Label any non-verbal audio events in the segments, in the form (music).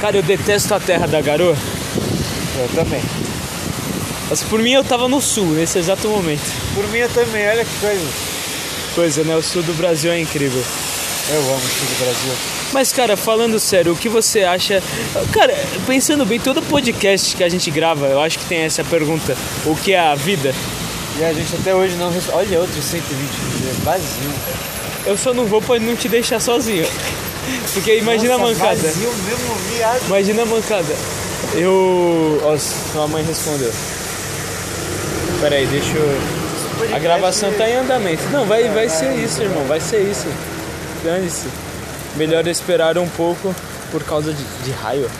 Cara, eu detesto a terra da garoa. Eu também. Mas por mim eu tava no sul, nesse exato momento. Por mim eu também, olha que coisa. Coisa, né? O sul do Brasil é incrível. Eu amo o sul do Brasil. Mas, cara, falando sério, o que você acha. Cara, pensando bem, todo podcast que a gente grava, eu acho que tem essa pergunta: o que é a vida? E a gente até hoje não. res- Olha outro 120, é vazio. Eu só não vou pra não te deixar sozinho. (laughs) Porque imagina Nossa, a mancada. Vazio mesmo, viado. Imagina a mancada. Eu. Ó, sua mãe respondeu. Peraí, deixa eu. A gravação tá em andamento. Não, vai, vai ser isso, irmão. Vai ser isso. Dane-se. Melhor esperar um pouco por causa de, de raio.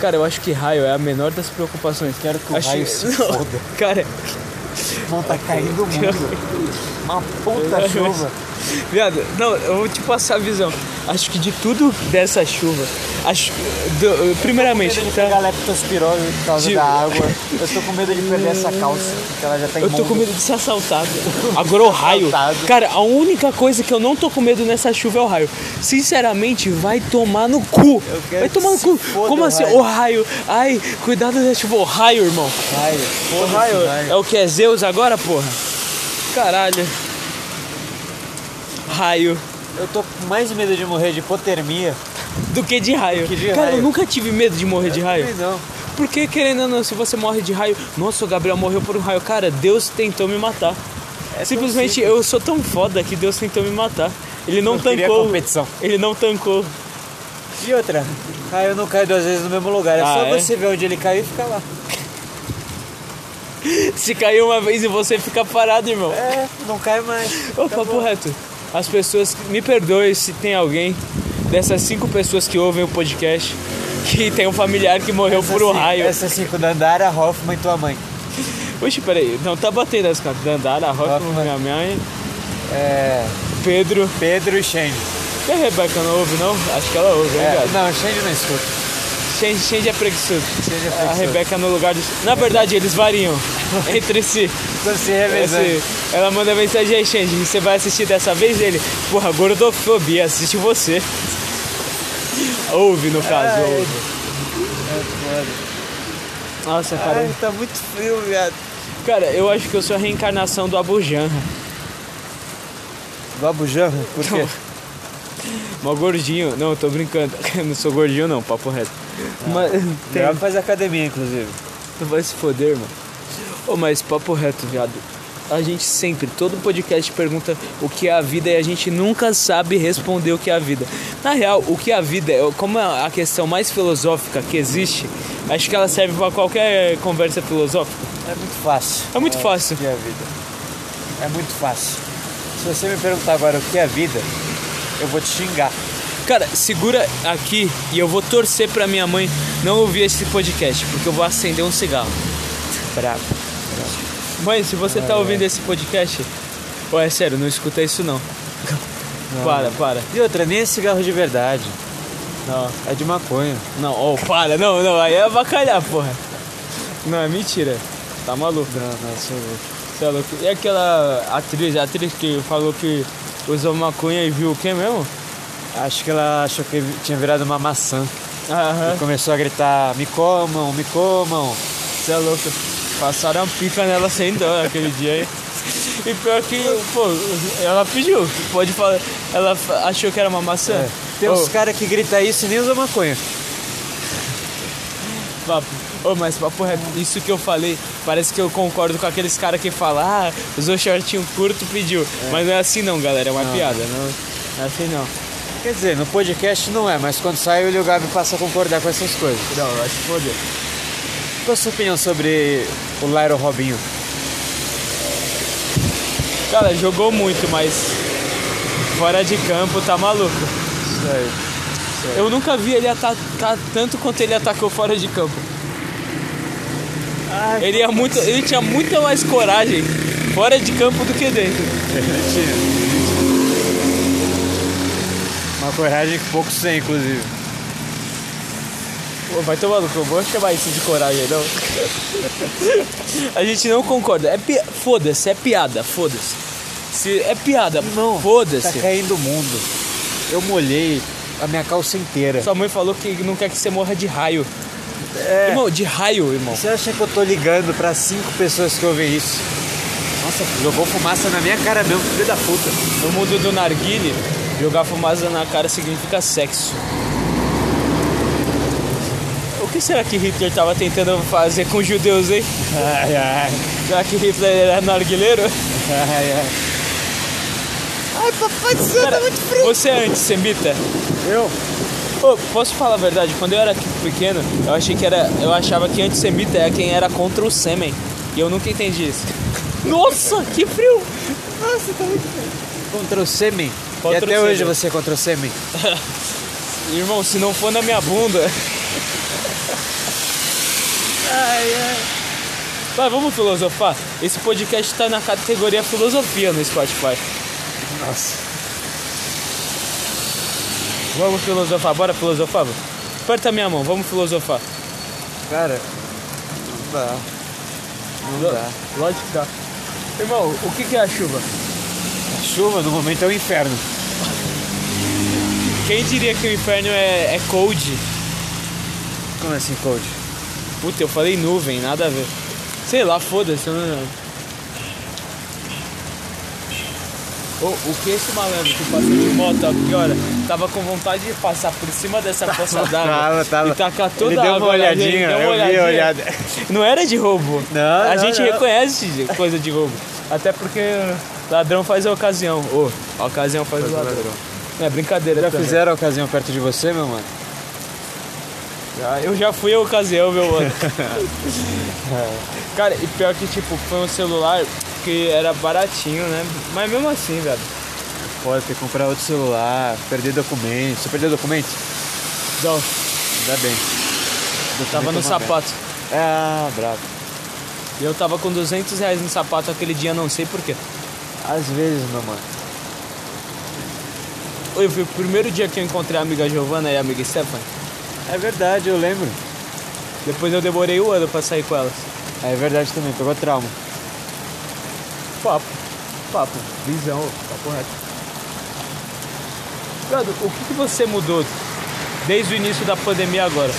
Cara, eu acho que raio é a menor das preocupações. Quero que o Acho- raio se Não, foda. (laughs) Cara, Mano, tá caindo o mundo. Uma (laughs) puta chuva. Viado, não, eu vou te passar a visão. Acho que de tudo dessa chuva, acho, do- primeiramente, Eu tô com medo de tá? Tipo- pegar leptospirose por causa De- da água. Eu tô com medo de perder essa calça, porque ela já tá Eu imunda. tô com medo de ser assaltado. (laughs) Agora é o raio. Assaltado. Cara, a única coisa que eu não tô com medo nessa chuva é o raio. Sinceramente, vai tomar no cu. Eu quero Vai tomar no que cu. se foda Como o assim? raio. O raio. Ai, cuidado da chuva. O raio, irmão. Raio. O Porra, raio esse raio. é o que? É Zeus agora, porra? Caralho. Raio. Eu tô com mais medo de morrer de hipotermia. Do que de raio. que de Cara, eu raio. nunca tive medo de morrer de raio. Também Não. Porque querendo ou não, se você morre de raio, nossa, o Gabriel morreu por um raio. Cara, Deus tentou me matar. É Simplesmente eu sou tão foda que Deus tentou me matar. Ele não, Não queria tancou. competição. Ele não tancou. E outra, raio não cai duas vezes no mesmo lugar. É Ah, só é? você ver onde ele caiu e ficar lá. Se cair uma vez e você fica parado, irmão. É, tá não cai mais. Ô, Acabou. papo reto. As pessoas. Me perdoe se tem alguém dessas cinco pessoas que ouvem o podcast que tem um familiar que morreu Essa por um sim- raio. Essa cinco da Andara, Hoffman e tua mãe. Oxe, peraí. Não, tá batendo as cartas. Dandara, Rocha, Hoffman. minha mãe, É, Pedro. Pedro e Shane. E a Rebeca não ouve, não? Acho que ela ouve, hein, É, viado? não, Shane não escuta. Change, change é preguiçoso. Shane é A preguiçoso. Ah, Rebeca no lugar dos. Na verdade, eles variam (laughs) entre si. Tô se revezando. Assim, ela manda mensagem aí, Change. Você vai assistir dessa vez ele? Porra, gordofobia, assiste você. (laughs) Ouve, no caso. Ai. ouve. Nossa, cara. Ai, tá muito frio, viado. Cara, eu acho que eu sou a reencarnação do Abu Janra. Do Abujanra? Por quê? Mó gordinho. Não, eu tô brincando. (laughs) Eu não sou gordinho, não, papo reto. Mas. tem- Tem... faz academia, inclusive. Tu vai se foder, mano. Ô, mas papo reto, viado. A gente sempre, todo podcast pergunta o que é a vida e a gente nunca sabe responder o que é a vida. Na real, o que é a vida, é- como é a questão mais filosófica que existe, acho que ela serve pra qualquer conversa filosófica. É muito fácil. É muito fácil. O que é a vida? É muito fácil. Se você me perguntar agora o que é a vida, eu vou te xingar. Cara, segura aqui e eu vou torcer pra minha mãe não ouvir esse podcast, porque eu vou acender um cigarro. Bravo. Mãe, se você tá ouvindo esse podcast, ó, é sério, não escuta isso não. (laughs) Para, para. E outra, nem é cigarro de verdade. Não. É de maconha. Não, ô, para, não, não, aí é avacalhar, porra. Não, é mentira. Tá maluco, Não, não, sou eu. você é louco. E aquela atriz, a atriz que falou que usou maconha e viu o quê mesmo? Acho que ela achou que tinha virado uma maçã. E Aham, começou a gritar, me comam, me comam. você é louco. Passaram a pica nela sem dó aquele dia aí. E pior que, pô, ela pediu, pode falar. Ela fa- achou que era uma maçã. É. Tem Ô, uns caras que gritam isso e nem usam maconha. Papo. Ô, mas papo reto, isso que eu falei, parece que eu concordo com aqueles caras que falam, ah, usou shortinho curto, pediu. Mas não é assim não, galera, é uma piada, não, não é assim não. Quer dizer, no podcast não é, mas quando sai o Gabi passa a concordar com essas coisas. Não, vai se foder. Qual a sua opinião sobre o Lairo Robinho? Cara, jogou muito, mas fora de campo tá maluco. Isso aí. Eu nunca vi ele atacar tanto quanto ele atacou fora de campo. Ai, Ele, é muito, ele tinha muita mais coragem fora de campo do que dentro. Uma coragem que poucos têm, inclusive. Pô, vai tomar no cu, vou chamar isso de coragem, não. (laughs) A gente não concorda. É pi... Foda-se, é piada, foda-se. Se... É piada, Irmão, Tá foda-se. caindo o mundo. Eu molhei, a minha calça inteira. Sua mãe falou que não quer que você morra de raio. É, Irmão, de raio, irmão. você acha que eu tô ligando pra cinco pessoas que ouvem isso? Nossa, jogou fumaça na minha cara mesmo, filho da puta. No mundo do narguile, jogar fumaça na cara significa sexo. O que será que Hitler tava tentando fazer com os judeus, hein? Ai, ai, Será que Hitler era narguileiro? ai, ai. Ai, papai do céu, tá Cara, você é antissemita? Eu? Ô, posso falar a verdade? Quando eu era pequeno, eu achei que era. Eu achava que antissemita era quem era contra o sêmen. E eu nunca entendi isso. Nossa, que frio! Nossa, tá muito Contra o sêmen. Contra e até o hoje sêmen. você é contra o sêmen. Irmão, se não for na minha bunda. Ai, ai. Vai, vamos filosofar? Esse podcast tá na categoria filosofia no Spotify. Nossa. Vamos filosofar, bora filosofar? mano? Aperta minha mão, vamos filosofar. Cara, não dá. Não dá. Lógico que dá. Irmão, o que que é a chuva? A chuva no momento é o inferno. Quem diria que o inferno é, é cold? Como assim, Cold? Puta, eu falei nuvem, nada a ver. Sei lá, foda-se, eu não. O, o que esse malandro que passou de moto aqui, olha, tava com vontade de passar por cima dessa poça d'água tava, tava. e tacar toda Ele a deu água uma na gente, olhadinha, deu uma eu vi a olhada. Não era de roubo. Não, A não, gente não. reconhece de- coisa de roubo. Até porque ladrão faz a ocasião. Ô, a ocasião faz, o ladrão. É brincadeira, Já também. fizeram a ocasião perto de você, meu mano? Já- Ah, Eu já fui a ocasião, meu (laughs) mano. É. Cara, e pior que, tipo, foi um celular que era baratinho, né? Mas mesmo assim, velho. Pode ter que comprar outro celular, perder documento. Você perdeu documento? Não, Ainda bem. Documento tava é no uma sapato. merda. Ah, bravo. E eu tava com 200 reais no sapato aquele dia, não sei porquê. Às vezes, meu mano. Eu fui o primeiro dia que eu encontrei a amiga Giovana e a amiga Stephanie. É verdade, eu lembro. Depois eu demorei um ano pra sair com elas. É verdade também, pegou trauma. Papo. Papo. Visão. Papo reto. Brado, o que, que você mudou desde o início da pandemia agora?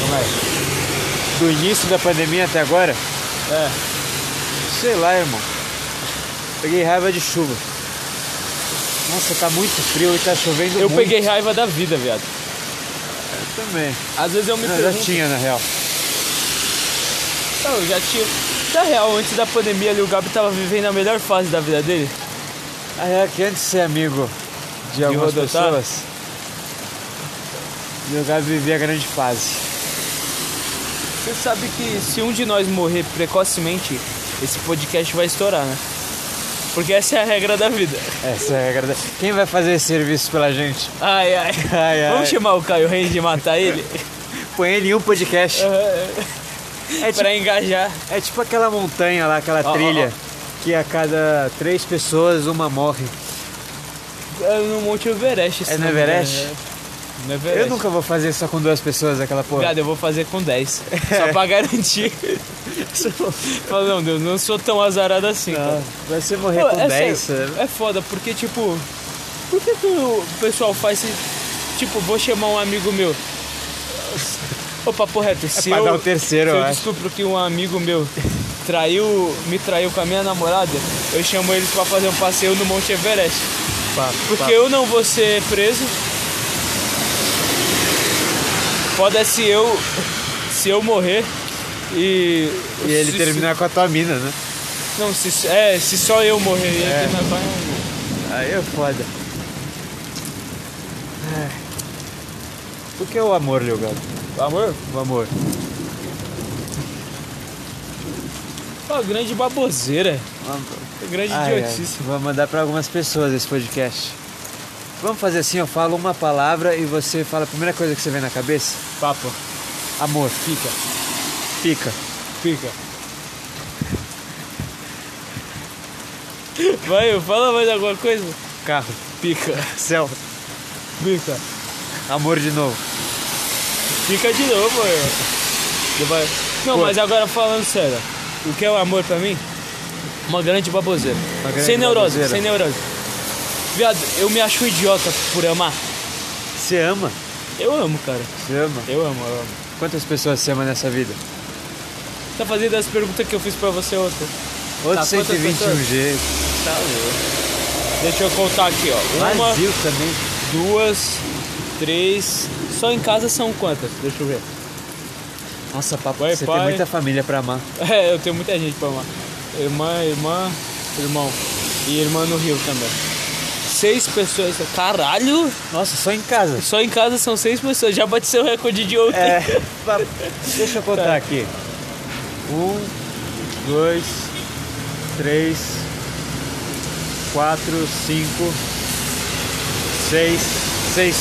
Como é? Do início da pandemia até agora? É. Sei lá, irmão. Peguei raiva de chuva. Nossa, tá muito frio e tá chovendo Eu muito. peguei raiva da vida, viado. Eu também. Às vezes eu me Não, já pergunto... tinha, na real. Não, eu já tinha... Na real, antes da pandemia ali, o Gabi tava vivendo a melhor fase da vida dele. A real é que antes de ser amigo de algumas rodotar? pessoas, meu Gabi vivia a grande fase. Você sabe que se um de nós morrer precocemente, esse podcast vai estourar, né? Porque essa é a regra da vida. Essa é a regra. da- Quem vai fazer esse serviço pela gente? (laughs) Ai, ai. Ai, ai. Vamos chamar o Caio Reis de matar (laughs) ele? tipo, Põe ele em um podcast. é tipo- Pra engajar. É tipo aquela montanha lá, aquela ó, trilha, que a cada três pessoas uma morre. É no Monte Everest. se É no não me engano, Everest? né? No Everest. Eu nunca vou fazer só com duas pessoas aquela porra. Obrigado, eu vou fazer com 10. (laughs) Só pra garantir. Fala, não, Deus, não sou tão azarado assim, cara. Não, Ah, vai ser morrer Pô, com é 10. sério, sabe? É foda, porque tipo. Por que, que o pessoal faz esse. Tipo, vou chamar um amigo meu. Ô, papo reto, se É pra eu, dar o terceiro, se eu eu acho. descubro que um amigo meu traiu, me traiu com a minha namorada, eu chamo eles pra fazer um passeio no Monte Everest. Papo, Porque papo. eu não vou ser preso. Foda é se eu. Se eu morrer e. E ele se- terminar com a tua mina, né? Não, se, é, se só eu morrer e ele É. terminar com a- Aí é foda. Ai. O que é o amor, Leo Gato? Amor? O amor. Uma grande baboseira. Uma grande Ai, ai. idiotice. Vou mandar pra algumas pessoas esse podcast. Vamos fazer assim, eu falo uma palavra e você fala a primeira coisa que você vem na cabeça. Papo. Amor. Fica. Fica. Fica. Vai, eu fala mais alguma coisa. Carro. (laughs) Pica. Céu. Pica. Amor de novo. Fica de novo, eu. Você vai- Não, Pô. mas agora falando sério. O que é o amor pra mim? Uma grande baboseira. Uma grande sem neurose, baboseira. sem neurose. Viado, eu me acho um idiota por amar. Você ama? Eu amo, cara. Você ama? Eu amo, eu amo. Quantas pessoas você ama nessa vida? Tá fazendo as perguntas que eu fiz pra você outra. Outro Tá, quantas 121 G. Tá louco. Deixa eu contar aqui, ó. Uma, Brasil também. duas, três. Só em casa são quantas? Deixa eu ver. (laughs) Nossa, papo, Vai, você tem pai. muita família pra amar. É, eu tenho muita gente pra amar. Irmã, irmã, irmão. E irmã no Rio também. Seis pessoas. Caralho! Nossa, só em casa. Só em casa são seis pessoas. Já bati seu recorde de ontem. É, papo, deixa eu contar aqui. Um, dois, três, quatro, cinco, seis, seis.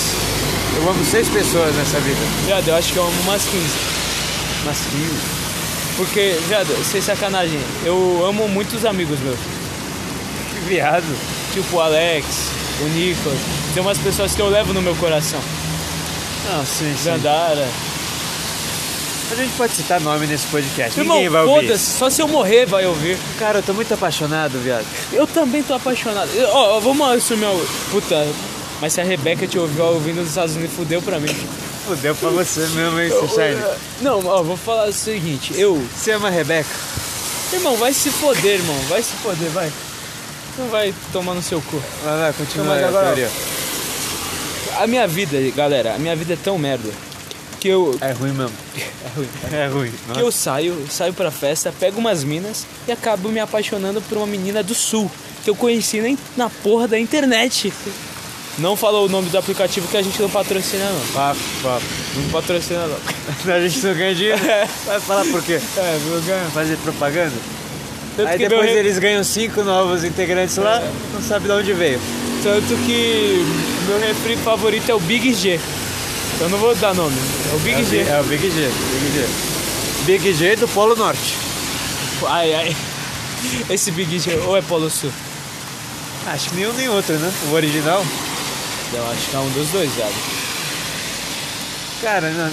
Eu amo seis pessoas nessa vida. Viado, eu acho que eu amo umas 15. Mas que Porque, viado, sem sacanagem, eu amo muitos amigos meus. que viado. Tipo o Alex, o Nicolas. Tem umas pessoas que eu levo no meu coração. Não, sim, sim. Zandara. A gente pode citar nome nesse podcast. Irmão, Ninguém vai ouvir. foda-se, só se eu morrer vai ouvir. isso. Cara, eu tô muito apaixonado, viado. Eu também tô apaixonado. Eu- Ó, ó, vamos assumir o. Puta, mas se a Rebeca te ouviu ouvindo nos Estados Unidos, fudeu pra mim. Fudeu pra você mesmo, hein, Sushane. Não, ó, vou falar o seguinte, eu. Você ama a Rebeca? Irmão, vai se foder, irmão. Vai se foder, vai. Não vai tomar no seu cu. Vai, vai, continua Não, mas aí, agora- teoria. A minha vida, galera, a minha vida é tão merda que eu. É ruim mesmo. É ruim. É ruim. Que eu saio, saio pra festa, pego umas minas e acabo me apaixonando por uma menina do sul que eu conheci nem na porra da internet. Não falou o nome do aplicativo que a gente não patrocina, não. Papo, papo. Não patrocina, não. (laughs) A gente não ganha dinheiro. Vai falar por quê? É, meu ganho. Fazer propaganda? Tanto Aí que, depois meu re- eles ganham cinco novos integrantes lá, não sabe de onde veio. Tanto que meu refri favorito é o Big G. Eu não vou dar nome, é o Big é, o G. Bi- é o Big G. Big G. Big G do Polo Norte. Ai, ai. Esse Big G, ou é Polo Sul? Acho que nenhum nem outro, né? O original. Eu acho que é um dos dois, velho. Cara, não.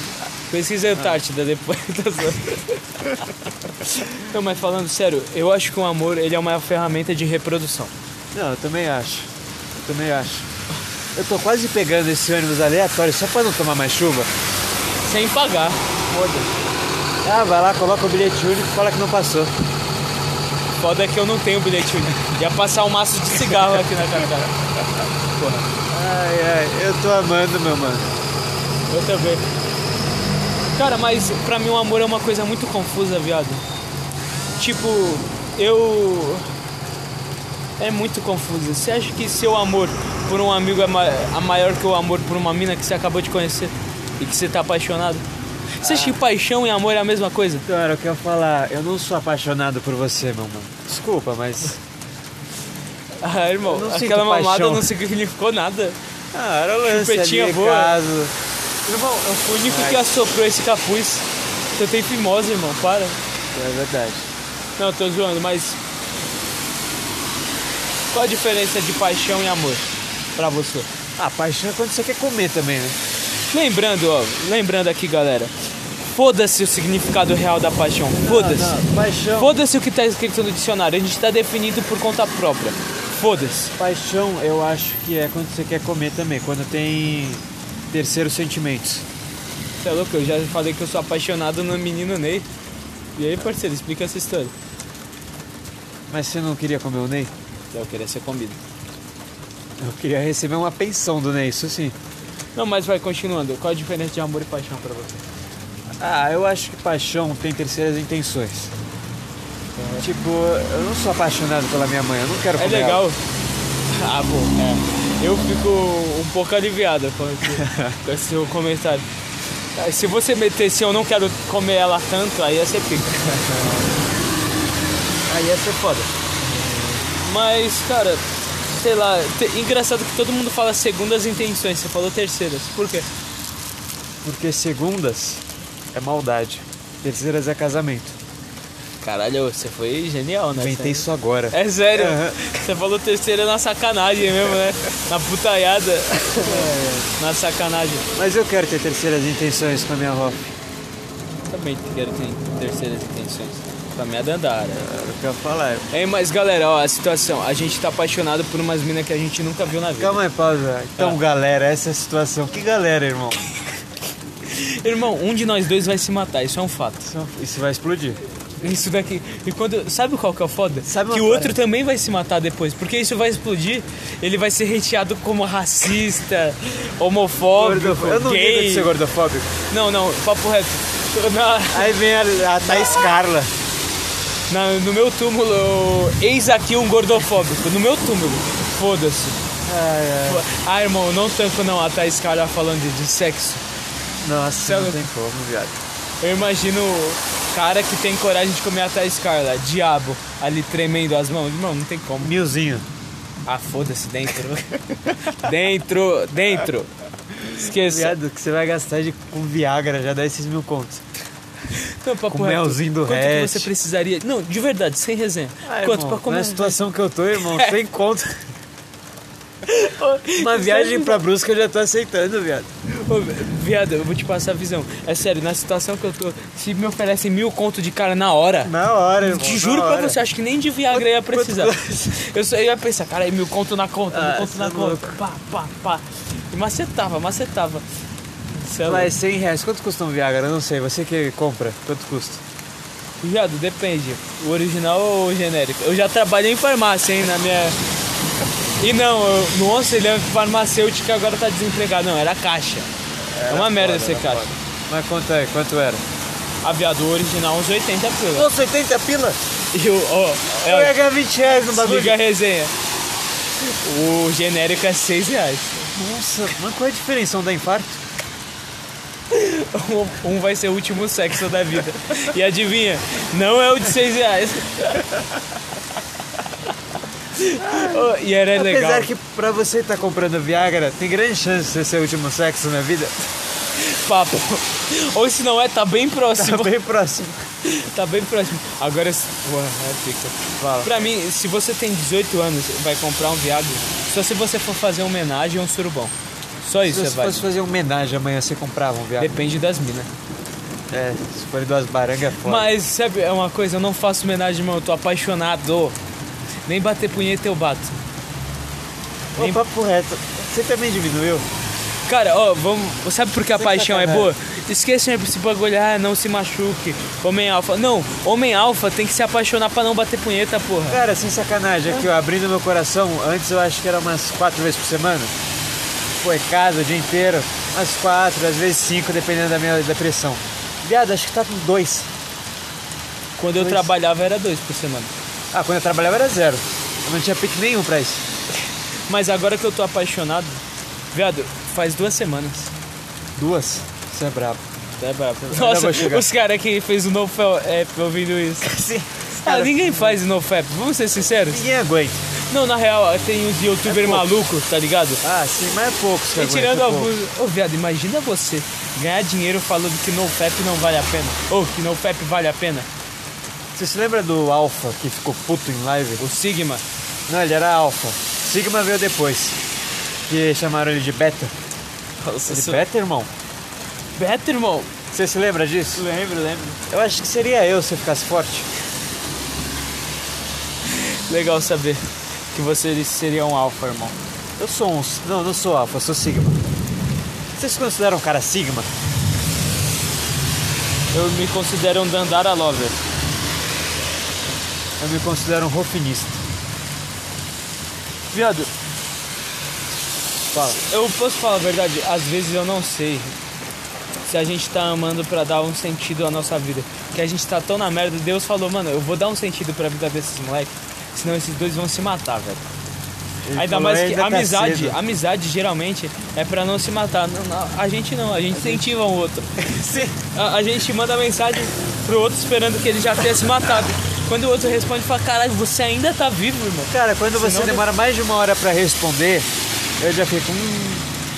Pesquisa Antártida é depois (laughs) das Não, mas falando sério, eu acho que o amor ele é uma ferramenta de reprodução. Não, eu também acho. Eu também acho. Eu tô quase pegando esse ônibus aleatório só pra não tomar mais chuva. Sem pagar. Ah, vai lá, coloca o bilhete único e fala que não passou. Foda é que eu não tenho bilhete único. Ia passar um maço de cigarro aqui na cara. Porra, Ai, ai, eu tô amando, meu mano. eu também. Cara, mas pra mim o amor é uma coisa muito confusa, viado. Tipo, eu. É muito confuso. Você acha que seu amor por um amigo é ma- é maior que o amor por uma mina que você acabou de conhecer e que você tá apaixonado? Você acha que paixão e amor é a mesma coisa? Cara, eu quero falar, eu não sou apaixonado por você, meu mano. Desculpa, mas. (laughs) Ah, irmão, Eu não sinto aquela mamada paixão. não significou nada. Ah, era o lance Chupetinha ali, boa. caso. Irmão, é o único Ai. que assoprou esse capuz. Você tem fimose, irmão, para. É verdade. Não, eu tô zoando, mas. Qual a diferença de paixão e amor pra você? Ah, paixão é quando você quer comer também, né? Lembrando, ó, lembrando aqui, galera. Foda-se o significado real da paixão. Foda-se. Não, não, Paixão. Foda-se o que tá escrito no dicionário. A gente tá definido por conta própria. Foda-se. Paixão eu acho que é quando você quer comer também, quando tem terceiros sentimentos. Você é louco? Eu já falei que eu sou apaixonado no menino Ney. E aí, parceiro, explica essa história. Mas você não queria comer o Ney? Eu queria ser comido. Eu queria receber uma pensão do Ney, isso sim. Não, mas vai continuando. Qual a diferença de amor e paixão pra você? Ah, eu acho que paixão tem terceiras intenções. Tipo, eu não sou apaixonado pela minha mãe, eu não quero É comer legal. Ah, bom. É. Eu fico um pouco aliviado com (laughs) esse, com esse seu comentário. Ah, Se você metesse eu não quero comer ela tanto, aí ia ser pica. aí ia ser foda. Mas, cara, sei lá, te- engraçado que todo mundo fala segundas intenções, você falou terceiras. Por quê? ela. Porque segundas é maldade, terceiras é casamento. Caralho, você foi genial, né? Inventei isso agora. É sério, Aham. você falou terceira na sacanagem mesmo, né? Na (laughs) putaiada. na sacanagem. Mas eu quero ter terceiras intenções com a minha avó. Também quero ter terceiras intenções. Essa merda é andar, né? Era o que eu ia falar. Ei, mas galera, ó, a situação. A gente tá apaixonado por umas minas que a gente nunca viu na vida. Calma aí, pausa. Então, Ah. galera, essa é a situação. Que galera, irmão? Irmão, um de nós dois vai se matar, isso é um fato. Isso- Isso vai explodir. Isso daqui. E quando. Sabe qual que é o foda? Sabe uma que o coisa? outro também vai se matar depois. Porque isso vai explodir, ele vai ser reteado como racista, homofóbico, Gordofóbico. Eu não ligo gay. de ser gordofóbico. Não, não, papo reto. Na- Aí vem a, a Thaís Carla. na- no meu túmulo, eu- eis aqui um gordofóbico. No meu túmulo. Foda-se. Ai, ai. Ah, irmão, não tanco não a Thaís Carla falando de, de sexo. Nossa, Sabe- não tem como, viado. Eu imagino o cara que tem coragem de comer a Thaís Carla. Diabo, ali tremendo as mãos. Irmão, não tem como. Milzinho. Ah, foda-se, (laughs) dentro. dentro, dentro. Esqueça. Viado, que você vai gastar de, com Viagra já dá esses mil contos. Não, papo com reto, melzinho do Ah, Quanto que Hatch. você precisaria? Não, de verdade, sem resenha. Quanto pra comer? Na situação que eu tô, irmão, sem conto. é Uma viagem pra Brusca eu já tô aceitando, viado. Ô, viado, eu vou te passar a visão. É sério, na situação que eu tô, se me oferecem mil conto de cara na hora, Na hora, irmão. te na juro pra hora. você, acho que nem de Viagra eu ia precisar. Eu, só, eu ia pensar, cara, mil conto na conta, Ah, mil conto cê na é conta. Pá, pá, pá. E macetava, macetava. Cê é Vai, 100 reais. Quanto custa um Viagra? Eu não sei. Você que compra, quanto custa? louco. Viado, depende. O original ou o genérico? Eu já trabalhei em farmácia, hein, na minha. E não, eu, nossa, ele é farmacêutico e agora tá desempregado. Não, era caixa. é uma merda foda, ser era caixa. foda. Mas quanto é? Quanto era? A viado, o original, uns 80 pila. Nossa, 80 pila? E o. ó, é, Eu ia ganhar 20 reais no bagulho. Liga a resenha. O genérico é 6 reais. Nossa, mas qual é a diferença? Um dá infarto? Um- Um vai ser o último sexo da vida. E adivinha? Não é o de 6 reais. Oh, e É era legal. Apesar que pra você que tá comprando Viagra, tem grande chance de você ser o último sexo na vida. Papo. Ou se não é, tá bem próximo. Tá bem próximo. Tá bem próximo. Agora. se- Ué, é pica. Fala. Pra mim, se você tem 18 anos, vai comprar um viado. Só se você for fazer uma homenagem a um surubão. Só Se isso é você válido. fosse fazer uma homenagem amanhã, você comprava um Viagra? Depende das minas. É, se forem duas barangas, é foda. Mas sabe, é uma coisa, eu não faço homenagem, irmão, eu tô apaixonado. Nem bater punheta eu bato. Ô, papo reto, você também diminuiu? Cara, ó, vamos. Sabe por que a Sem paixão é sacanagem. boa? Esqueçam esse bagulho, ah, não se machuque. Homem alfa. Não, homem alfa tem que se apaixonar pra não bater punheta, porra. Cara, sem sacanagem, aqui ó, abrindo meu coração, antes eu acho que era umas quatro vezes por semana. Foi casa o dia inteiro, umas quatro, às vezes cinco, dependendo da minha depressão. Viado, acho que tá com dois. Quando eu Dois. trabalhava era dois por semana. Ah, quando eu trabalhava era zero. Eu não tinha pique nenhum pra isso. Mas agora que eu tô apaixonado, viado, faz duas semanas. Duas? Você (laughs) é brabo. Tá bravo. Ainda Nossa, vou chegar. os caras que fez o NoFap ouvindo isso. Sim. Ah, ninguém faz NoFap, vamos ser sinceros. Ninguém aguenta. Não, na real, tem uns youtuber É pouco. maluco, tá ligado? Ah, sim, mas é poucos que E aguentam, tirando é alguns. Ô, viado, imagina você ganhar dinheiro falando que NoFap não vale a pena. Ou que NoFap vale a pena. pouco. Você se lembra do Alpha que ficou puto em live? O Sigma. Não, ele era Alpha. Sigma veio depois. Que chamaram ele de Beta. Nossa, é De Beta, irmão? Beto, irmão. Você se lembra disso? Lembro, lembro. Eu acho que seria eu se eu ficasse forte. Legal saber que você seria um alfa, irmão. Eu sou um. Não, não sou Alpha, eu sou Sigma. Vocês se consideram um cara Sigma? Eu me considero um Dandara Lover. Eu me considero um rofinista. Viado, Fala. eu posso falar a verdade? Às vezes eu não sei se a gente tá amando pra dar um sentido à nossa vida. Que a gente tá tão na merda, Deus falou, mano, eu vou dar um sentido pra vida desses moleques, senão esses dois vão se matar, velho. Ele Ainda falou, mais que "Ainda tá amizade, (laughs) cedo." amizade geralmente é pra não se matar. Não, não, a gente não, a gente incentiva o outro. Sim. A, a gente manda mensagem pro outro esperando que ele já tenha se matado. Quando o outro responde, fala, caralho, você ainda tá vivo, irmão. Cara, quando você Senão- demora mais de uma hora pra responder, eu já fico. Hum,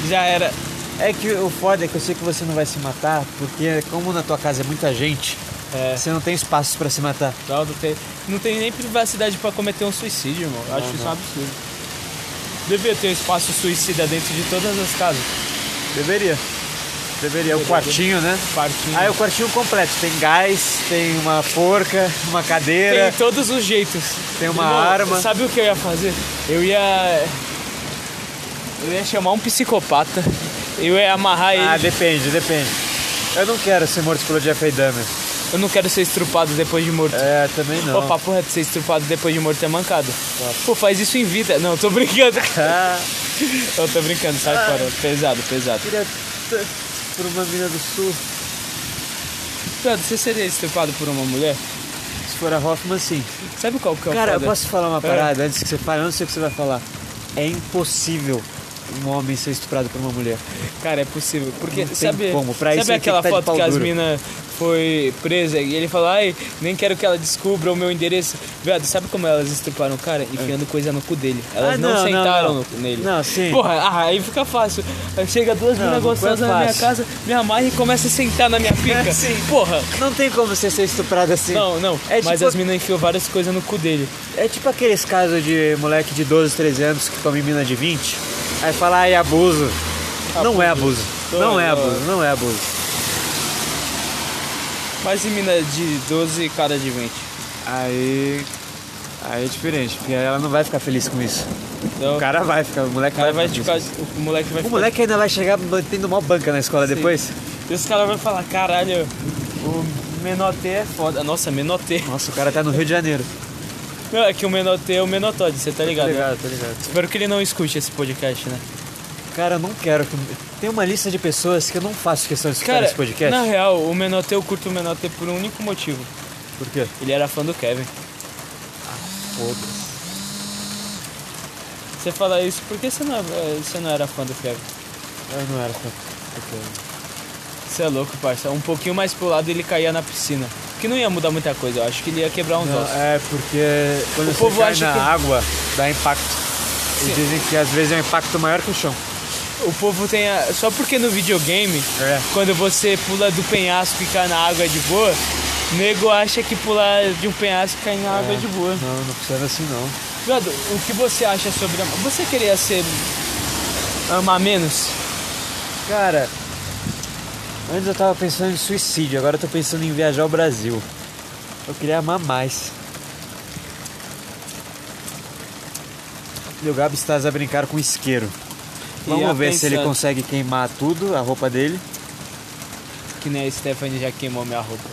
Já era. é que o foda é que eu sei que você não vai se matar, porque como na tua casa é muita gente, É. você não tem espaço pra se matar. Não, não tem, não tem nem privacidade pra cometer um suicídio, irmão. Eu Acho Não, isso um não. absurdo. Devia ter um espaço suicida dentro de todas as casas. Deveria. Deveria, o quartinho, né? Parquinho. Aí o quartinho completo, tem gás, tem uma forca, uma cadeira, Tem todos os jeitos. Tem uma Irmão, arma. Sabe o que eu ia fazer? Eu ia. Eu ia chamar um psicopata. Eu ia amarrar ele. Ah, depende, depende. Eu não quero ser morto pelo Jeffrey Dahmer. Eu não quero ser estrupado depois de morto. É, também não. Pô, papo reto, ser estrupado depois de morto é mancado. Pô, faz isso em vida. Não, eu tô brincando. (laughs) Ah, eu tô brincando, sai fora. Pesado, pesado. queria tanto por uma mina do sul. Pedro, você seria estrupado por uma mulher? Se for a Hoffman, sim. Sabe qual que é o Cara, eu foda? posso falar uma É. parada antes que você fale? Eu não sei o que você vai falar. É impossível um homem ser estuprado por uma mulher. Cara, é possível. Porque Não tem sabe, como, pra isso sabe ele tem que aquela tá de foto pau que as duro. minas foi presa e ele falou, ai, nem quero que ela descubra o meu endereço. Viado, sabe como elas estuparam o cara? Enfiando coisa no cu dele. Elas É. Ah, não, não, não, sentaram não. no- nele. Não, sim. Porra, ah, aí fica fácil. Aí Chega duas Não, minas não foi gostosas na minha fácil. casa, me amarra e começa a sentar (laughs) na minha pica. sim. Porra. Não tem como você ser estuprado assim. Não, não. É Mas tipo- as minas enfiou várias coisas no cu dele. É tipo aqueles casos de moleque de 12, 13 anos que come mina de 20. Aí fala, ai, abuso. Não é abuso. Tô, Não é tô. abuso, não é abuso. Mas e mina de 12 cara de 20? Aí. Aí é diferente, porque ela não vai ficar feliz com isso. Então, O cara vai ficar, o moleque o cara vai ficar ficar. feliz com O moleque vai isso. ficar O moleque ainda vai chegar tendo mó banca na escola depois. E os caras vão falar, caralho, o Menotê é foda. Nossa, Menotê. Nossa, o cara tá no Rio de Janeiro. Não, é que o Menotê é o Menotode, você tá ligado? Tá né? ligado, tá ligado. Espero que ele não escute esse podcast, né? Cara, eu não quero. que- Tem uma lista de pessoas que eu não faço questão de escutar Cara, esse tá podcast. na real, o Menotê, eu curto o Menotê por um único motivo. Por quê? Ele era fã do Kevin. Foda-se. Você fala isso, por que você não, é- você não era fã do Kevin? Eu não era fã. do Você é louco, parça. Um pouquinho mais pro lado ele caía na piscina. Que não ia mudar muita coisa, eu acho que ele ia quebrar uns Kevin. Não, ossos. é porque quando O você povo cai acha na que- água, dá impacto. E Sim. dizem que às vezes é um impacto maior que o chão. O povo tem a... Só porque no videogame É. Quando você pula do penhasco e cai na água de boa, nego acha que pular de um penhasco e cair na água é de boa. Não, não precisa assim não. Viado, o que você acha sobre amar? Você queria ser. amar menos? Cara, antes eu tava pensando em suicídio, agora eu tô pensando em viajar ao Brasil. Eu queria amar mais. E o Gabi estás a brincar com isqueiro. Vamos Ia ver se ele pensando. consegue queimar tudo, a roupa dele. Que nem a Stephanie já queimou minha roupa.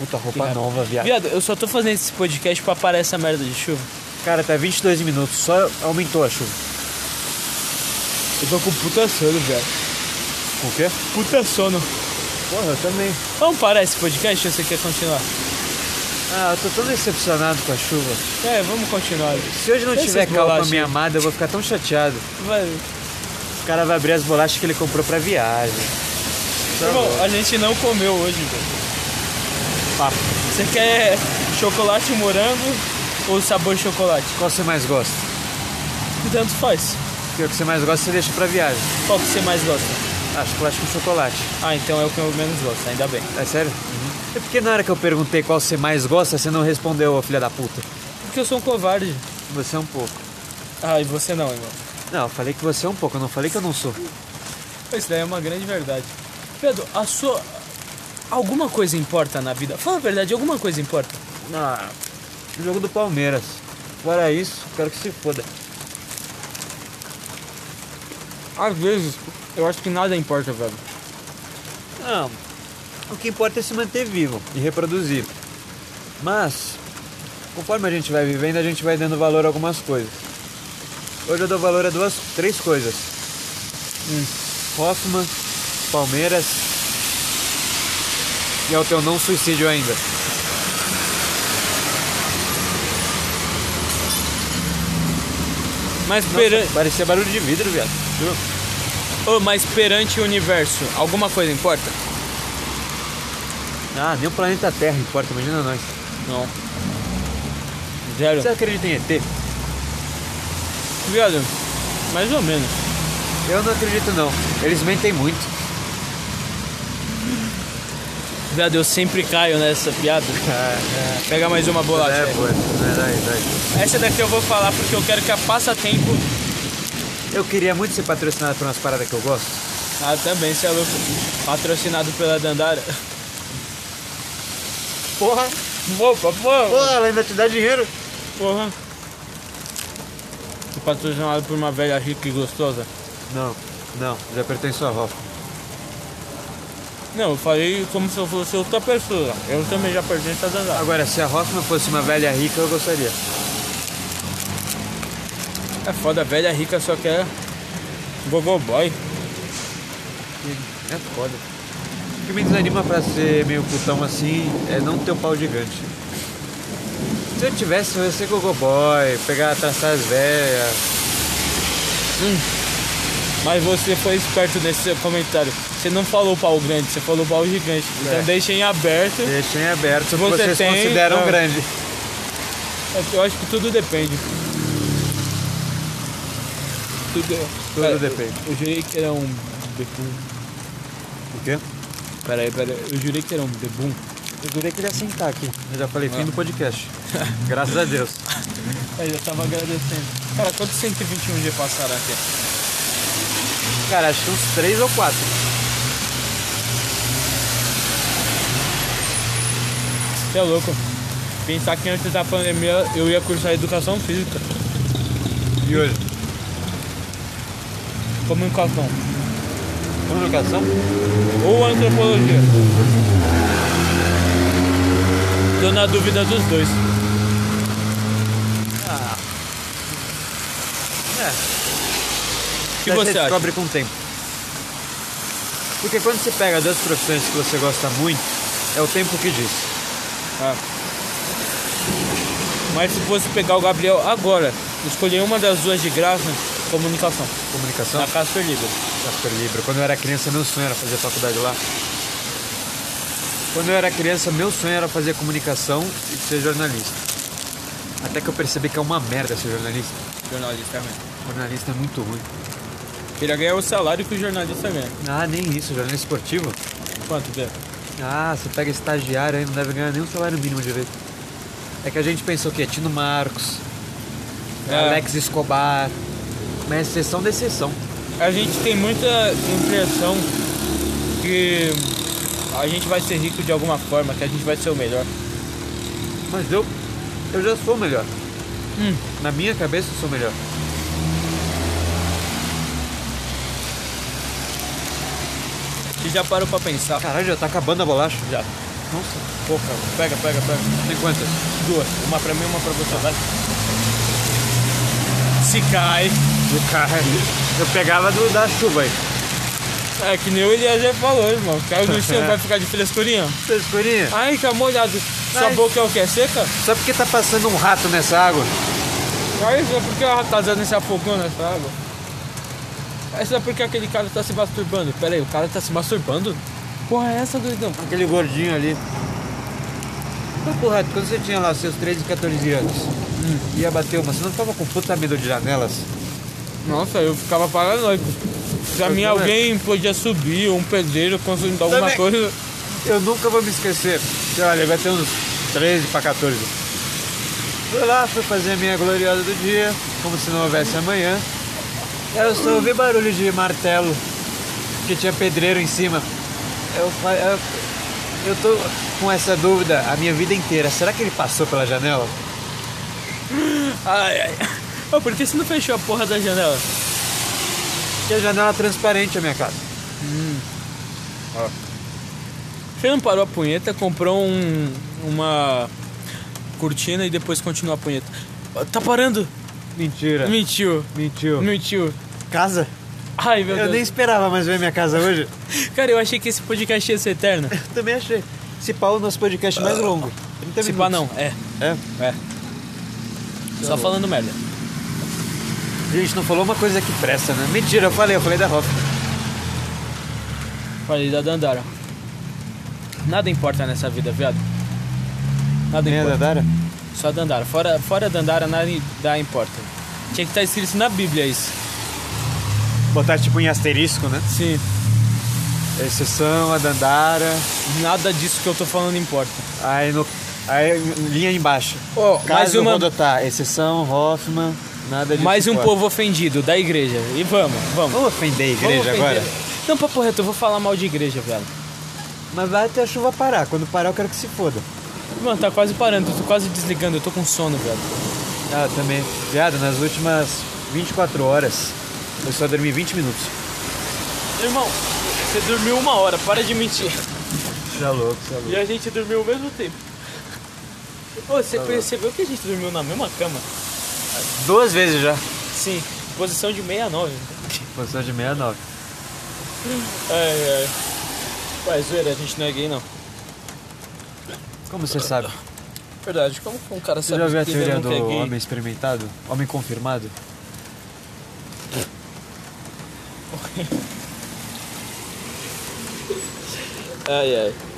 Puta roupa Filha- nova, viado. Viado, eu só tô fazendo esse podcast pra parar essa merda de chuva. Cara, tá 22 minutos, só aumentou a chuva. Eu tô com puta sono, velho. Com o quê? Puta sono. Porra, eu também. Vamos parar esse podcast ou você quer continuar? Ah, eu tô tão decepcionado com a chuva. É, vamos continuar. Se hoje não Essas tiver calma com a bolachas minha aí. amada, eu vou ficar tão chateado. Vai. O cara vai abrir as bolachas que ele comprou pra viagem. Tá Irmão, bom. a gente não comeu hoje, velho. Tá. Papo. Você quer chocolate morango ou sabor chocolate? Qual você mais gosta? E tanto faz. Porque o que você mais gosta você deixa pra viagem. Qual que você mais gosta? Ah, chocolate com chocolate. Ah, então é o que eu menos gosto, ainda bem. É sério? É porque na hora que eu perguntei qual você mais gosta, você não respondeu, ô filha da puta. Porque eu sou um covarde. Você é um pouco. Ah, e você não, irmão. Não, eu falei que você é um pouco, eu não falei que eu não sou. Isso daí é uma grande verdade. Pedro, a sua. Alguma coisa importa na vida? Fala a verdade, alguma coisa importa. Ah, o jogo do Palmeiras. Fora isso, quero que se foda. Às vezes, eu acho que nada importa, velho. Não, o que importa é se manter vivo e reproduzir. Mas, conforme a gente vai vivendo, a gente vai dando valor a algumas coisas. Hoje eu dou valor a duas, três coisas. Um Hoffman, Palmeiras e ao teu não suicídio ainda. Mas, Nossa, peran... parecia barulho de vidro, viado. Ô, mas perante o universo, alguma coisa importa? Ah, nem o planeta Terra importa, imagina nós. Não. Zero. Você acredita em ET? Viado, mais ou menos. Eu não acredito não. Eles mentem muito. Viado, eu sempre caio nessa piada. Pega mais uma bolacha. aí. boa. Vai, vai. Essa daqui eu vou falar porque eu quero que a passatempo Eu queria muito ser patrocinado por umas paradas que eu gosto. Ah, também, você é louco. Patrocinado pela Dandara. Porra, (laughs) Opa, pô! porra, ela ainda te dá dinheiro. Porra. Tô Patrocinado por uma velha rica e gostosa. Não, não, já apertei sua avó. Não, eu falei como se eu fosse outra pessoa. Eu também já pertenço a Dandara. Agora, se a Hoffman fosse uma velha rica, eu gostaria. É foda, a velha rica só quer gogo boy. E É foda. O que me desanima pra ser meio putão assim é não ter o pau gigante. Se eu tivesse, eu ia ser gogoboy, pegar, traçar as velhas. Mas você foi esperto nesse seu comentário. Você não falou pau grande, você falou pau gigante. Então É. deixa em aberto. Deixa em aberto se Você vocês tem, consideram não. grande. É, Eu acho que tudo depende. Tudo, Tudo depende. Eu jurei que era um debum. O quê? Peraí, peraí. Eu jurei que era um debum. Eu jurei que ele ia sentar aqui. Ah. Eu já falei, fim do (laughs) podcast. Graças a Deus. Aí eu tava agradecendo. Cara, quantos 121 dias passaram aqui? Cara, acho que uns três ou quatro. Você é louco. Pensar que antes da pandemia eu ia cursar educação física. E hoje? Comunicação. Comunicação? ou antropologia? Tô na dúvida dos dois. Ah. É. É. O que você acha? descobre com o tempo. Porque quando você pega duas profissões que você gosta muito, é o tempo que diz. Mas se fosse pegar o Gabriel agora, escolher uma das duas de graça, comunicação. Comunicação, Na Casper Liga. Casper Libra. Quando eu era criança, meu sonho era fazer faculdade lá. Quando eu era criança, meu sonho era fazer comunicação e ser jornalista. Até que eu percebi que é uma merda ser jornalista. Jornalista mesmo. Jornalista é muito ruim. Queria ganhar o salário que o jornalista ganha. Ah, nem isso, jornalista esportivo. Quanto, é? Bia? Ah, você pega estagiário aí, não deve ganhar nenhum salário mínimo direito. É que a gente pensou que é Tino Marcos, É. Alex Escobar, mas é exceção da exceção. A gente tem muita impressão que a gente vai ser rico de alguma forma, que a gente vai ser o melhor. Mas eu, eu já sou o melhor. Hum. Na minha cabeça eu sou o melhor. Você já parou pra pensar? Caralho, já tá acabando a bolacha. Já. Nossa, Pô, cara, pega, pega, pega. tem quantas? Duas. Uma pra mim uma pra você. Vai. Se cai. Do carro. Eu pegava do, da chuva aí. É que nem o Eliezer falou, irmão. Caiu no chão, vai ficar de frescurinha. Seu escurinha, Ai, tá molhado. Sua Ai. boca é o que? Seca? só porque tá passando um rato nessa água. Ai, só é porque a ratazana se afogou nessa água. É só porque aquele cara tá se masturbando. Pera aí, o cara tá se masturbando? Porra, é essa, doidão? Aquele gordinho ali. Papo reto, quando você tinha lá seus 13, 14 anos, ia bater uma, você não tava com puta medo de janelas? Nossa, eu ficava paranoico. Pra Eu mim, também. alguém podia subir, um pedreiro consumindo alguma Também. coisa. Eu nunca vou me esquecer. Sei lá, vai ter uns 13 pra 14. Fui lá, fui fazer a minha gloriosa do dia, como se não houvesse amanhã. Eu só ouvi barulho de martelo, que tinha pedreiro em cima. Eu, fa- eu, eu tô com essa dúvida a minha vida inteira. Será que ele passou pela janela? Ai, ai. Ô, por que você não fechou a porra da janela? Tinha janela transparente a minha casa. Você não parou a punheta, comprou um, uma cortina e depois continuou a punheta. Tá parando? Mentira. Mentiu. Mentiu. Mentiu. Casa? Ai, meu Eu nem Deus. esperava mais ver minha casa hoje. Cara, eu achei que esse podcast ia ser (laughs) eterno. Eu também achei. Se pá, o nosso podcast mais longo. 30 Se pá, minutos. não. É, É? é. Tá Só falando merda. Gente, não falou uma coisa que presta, né? Mentira, eu falei, eu falei da Hoffman. Falei da Dandara. Nada importa nessa vida, viado. Nada Nem a importa. Dandara? Só Dandara. Fora, fora Dandara, nada i- dá importa. Tinha que estar escrito na Bíblia isso. Botar tipo em asterisco, né? É Sim. Exceção, a Dandara. Nada disso que eu tô falando importa. Aí no. Aí linha embaixo. Ó, mais Caso uma- Rodotá, exceção, Hoffman, nada disso. Mais um importa. povo ofendido da igreja. E vamos, vamos. Vamos ofender a igreja Vamos ofender. agora? Não, papo reto, eu vou falar mal de igreja, velho. Mas vai até a chuva parar. Quando parar, eu quero que se foda. Mano, tá quase parando, eu tô quase desligando, eu tô com sono, velho. Ah, também. Viado, nas últimas 24 horas, eu só dormi 20 minutos. Irmão, você dormiu uma hora, para de mentir. Tá louco, tá louco. E a gente dormiu ao mesmo tempo. Ô, você percebeu que a gente dormiu na mesma cama? Duas vezes já. Sim, posição de 69. Posição de 69. Ai, ai. Ué, zoeira, a gente não é gay, não. Como você sabe? Verdade, como que um cara Você sabe já ouviu a que ele teoria do nunca é gay? homem experimentado? Homem confirmado? Ai, ai.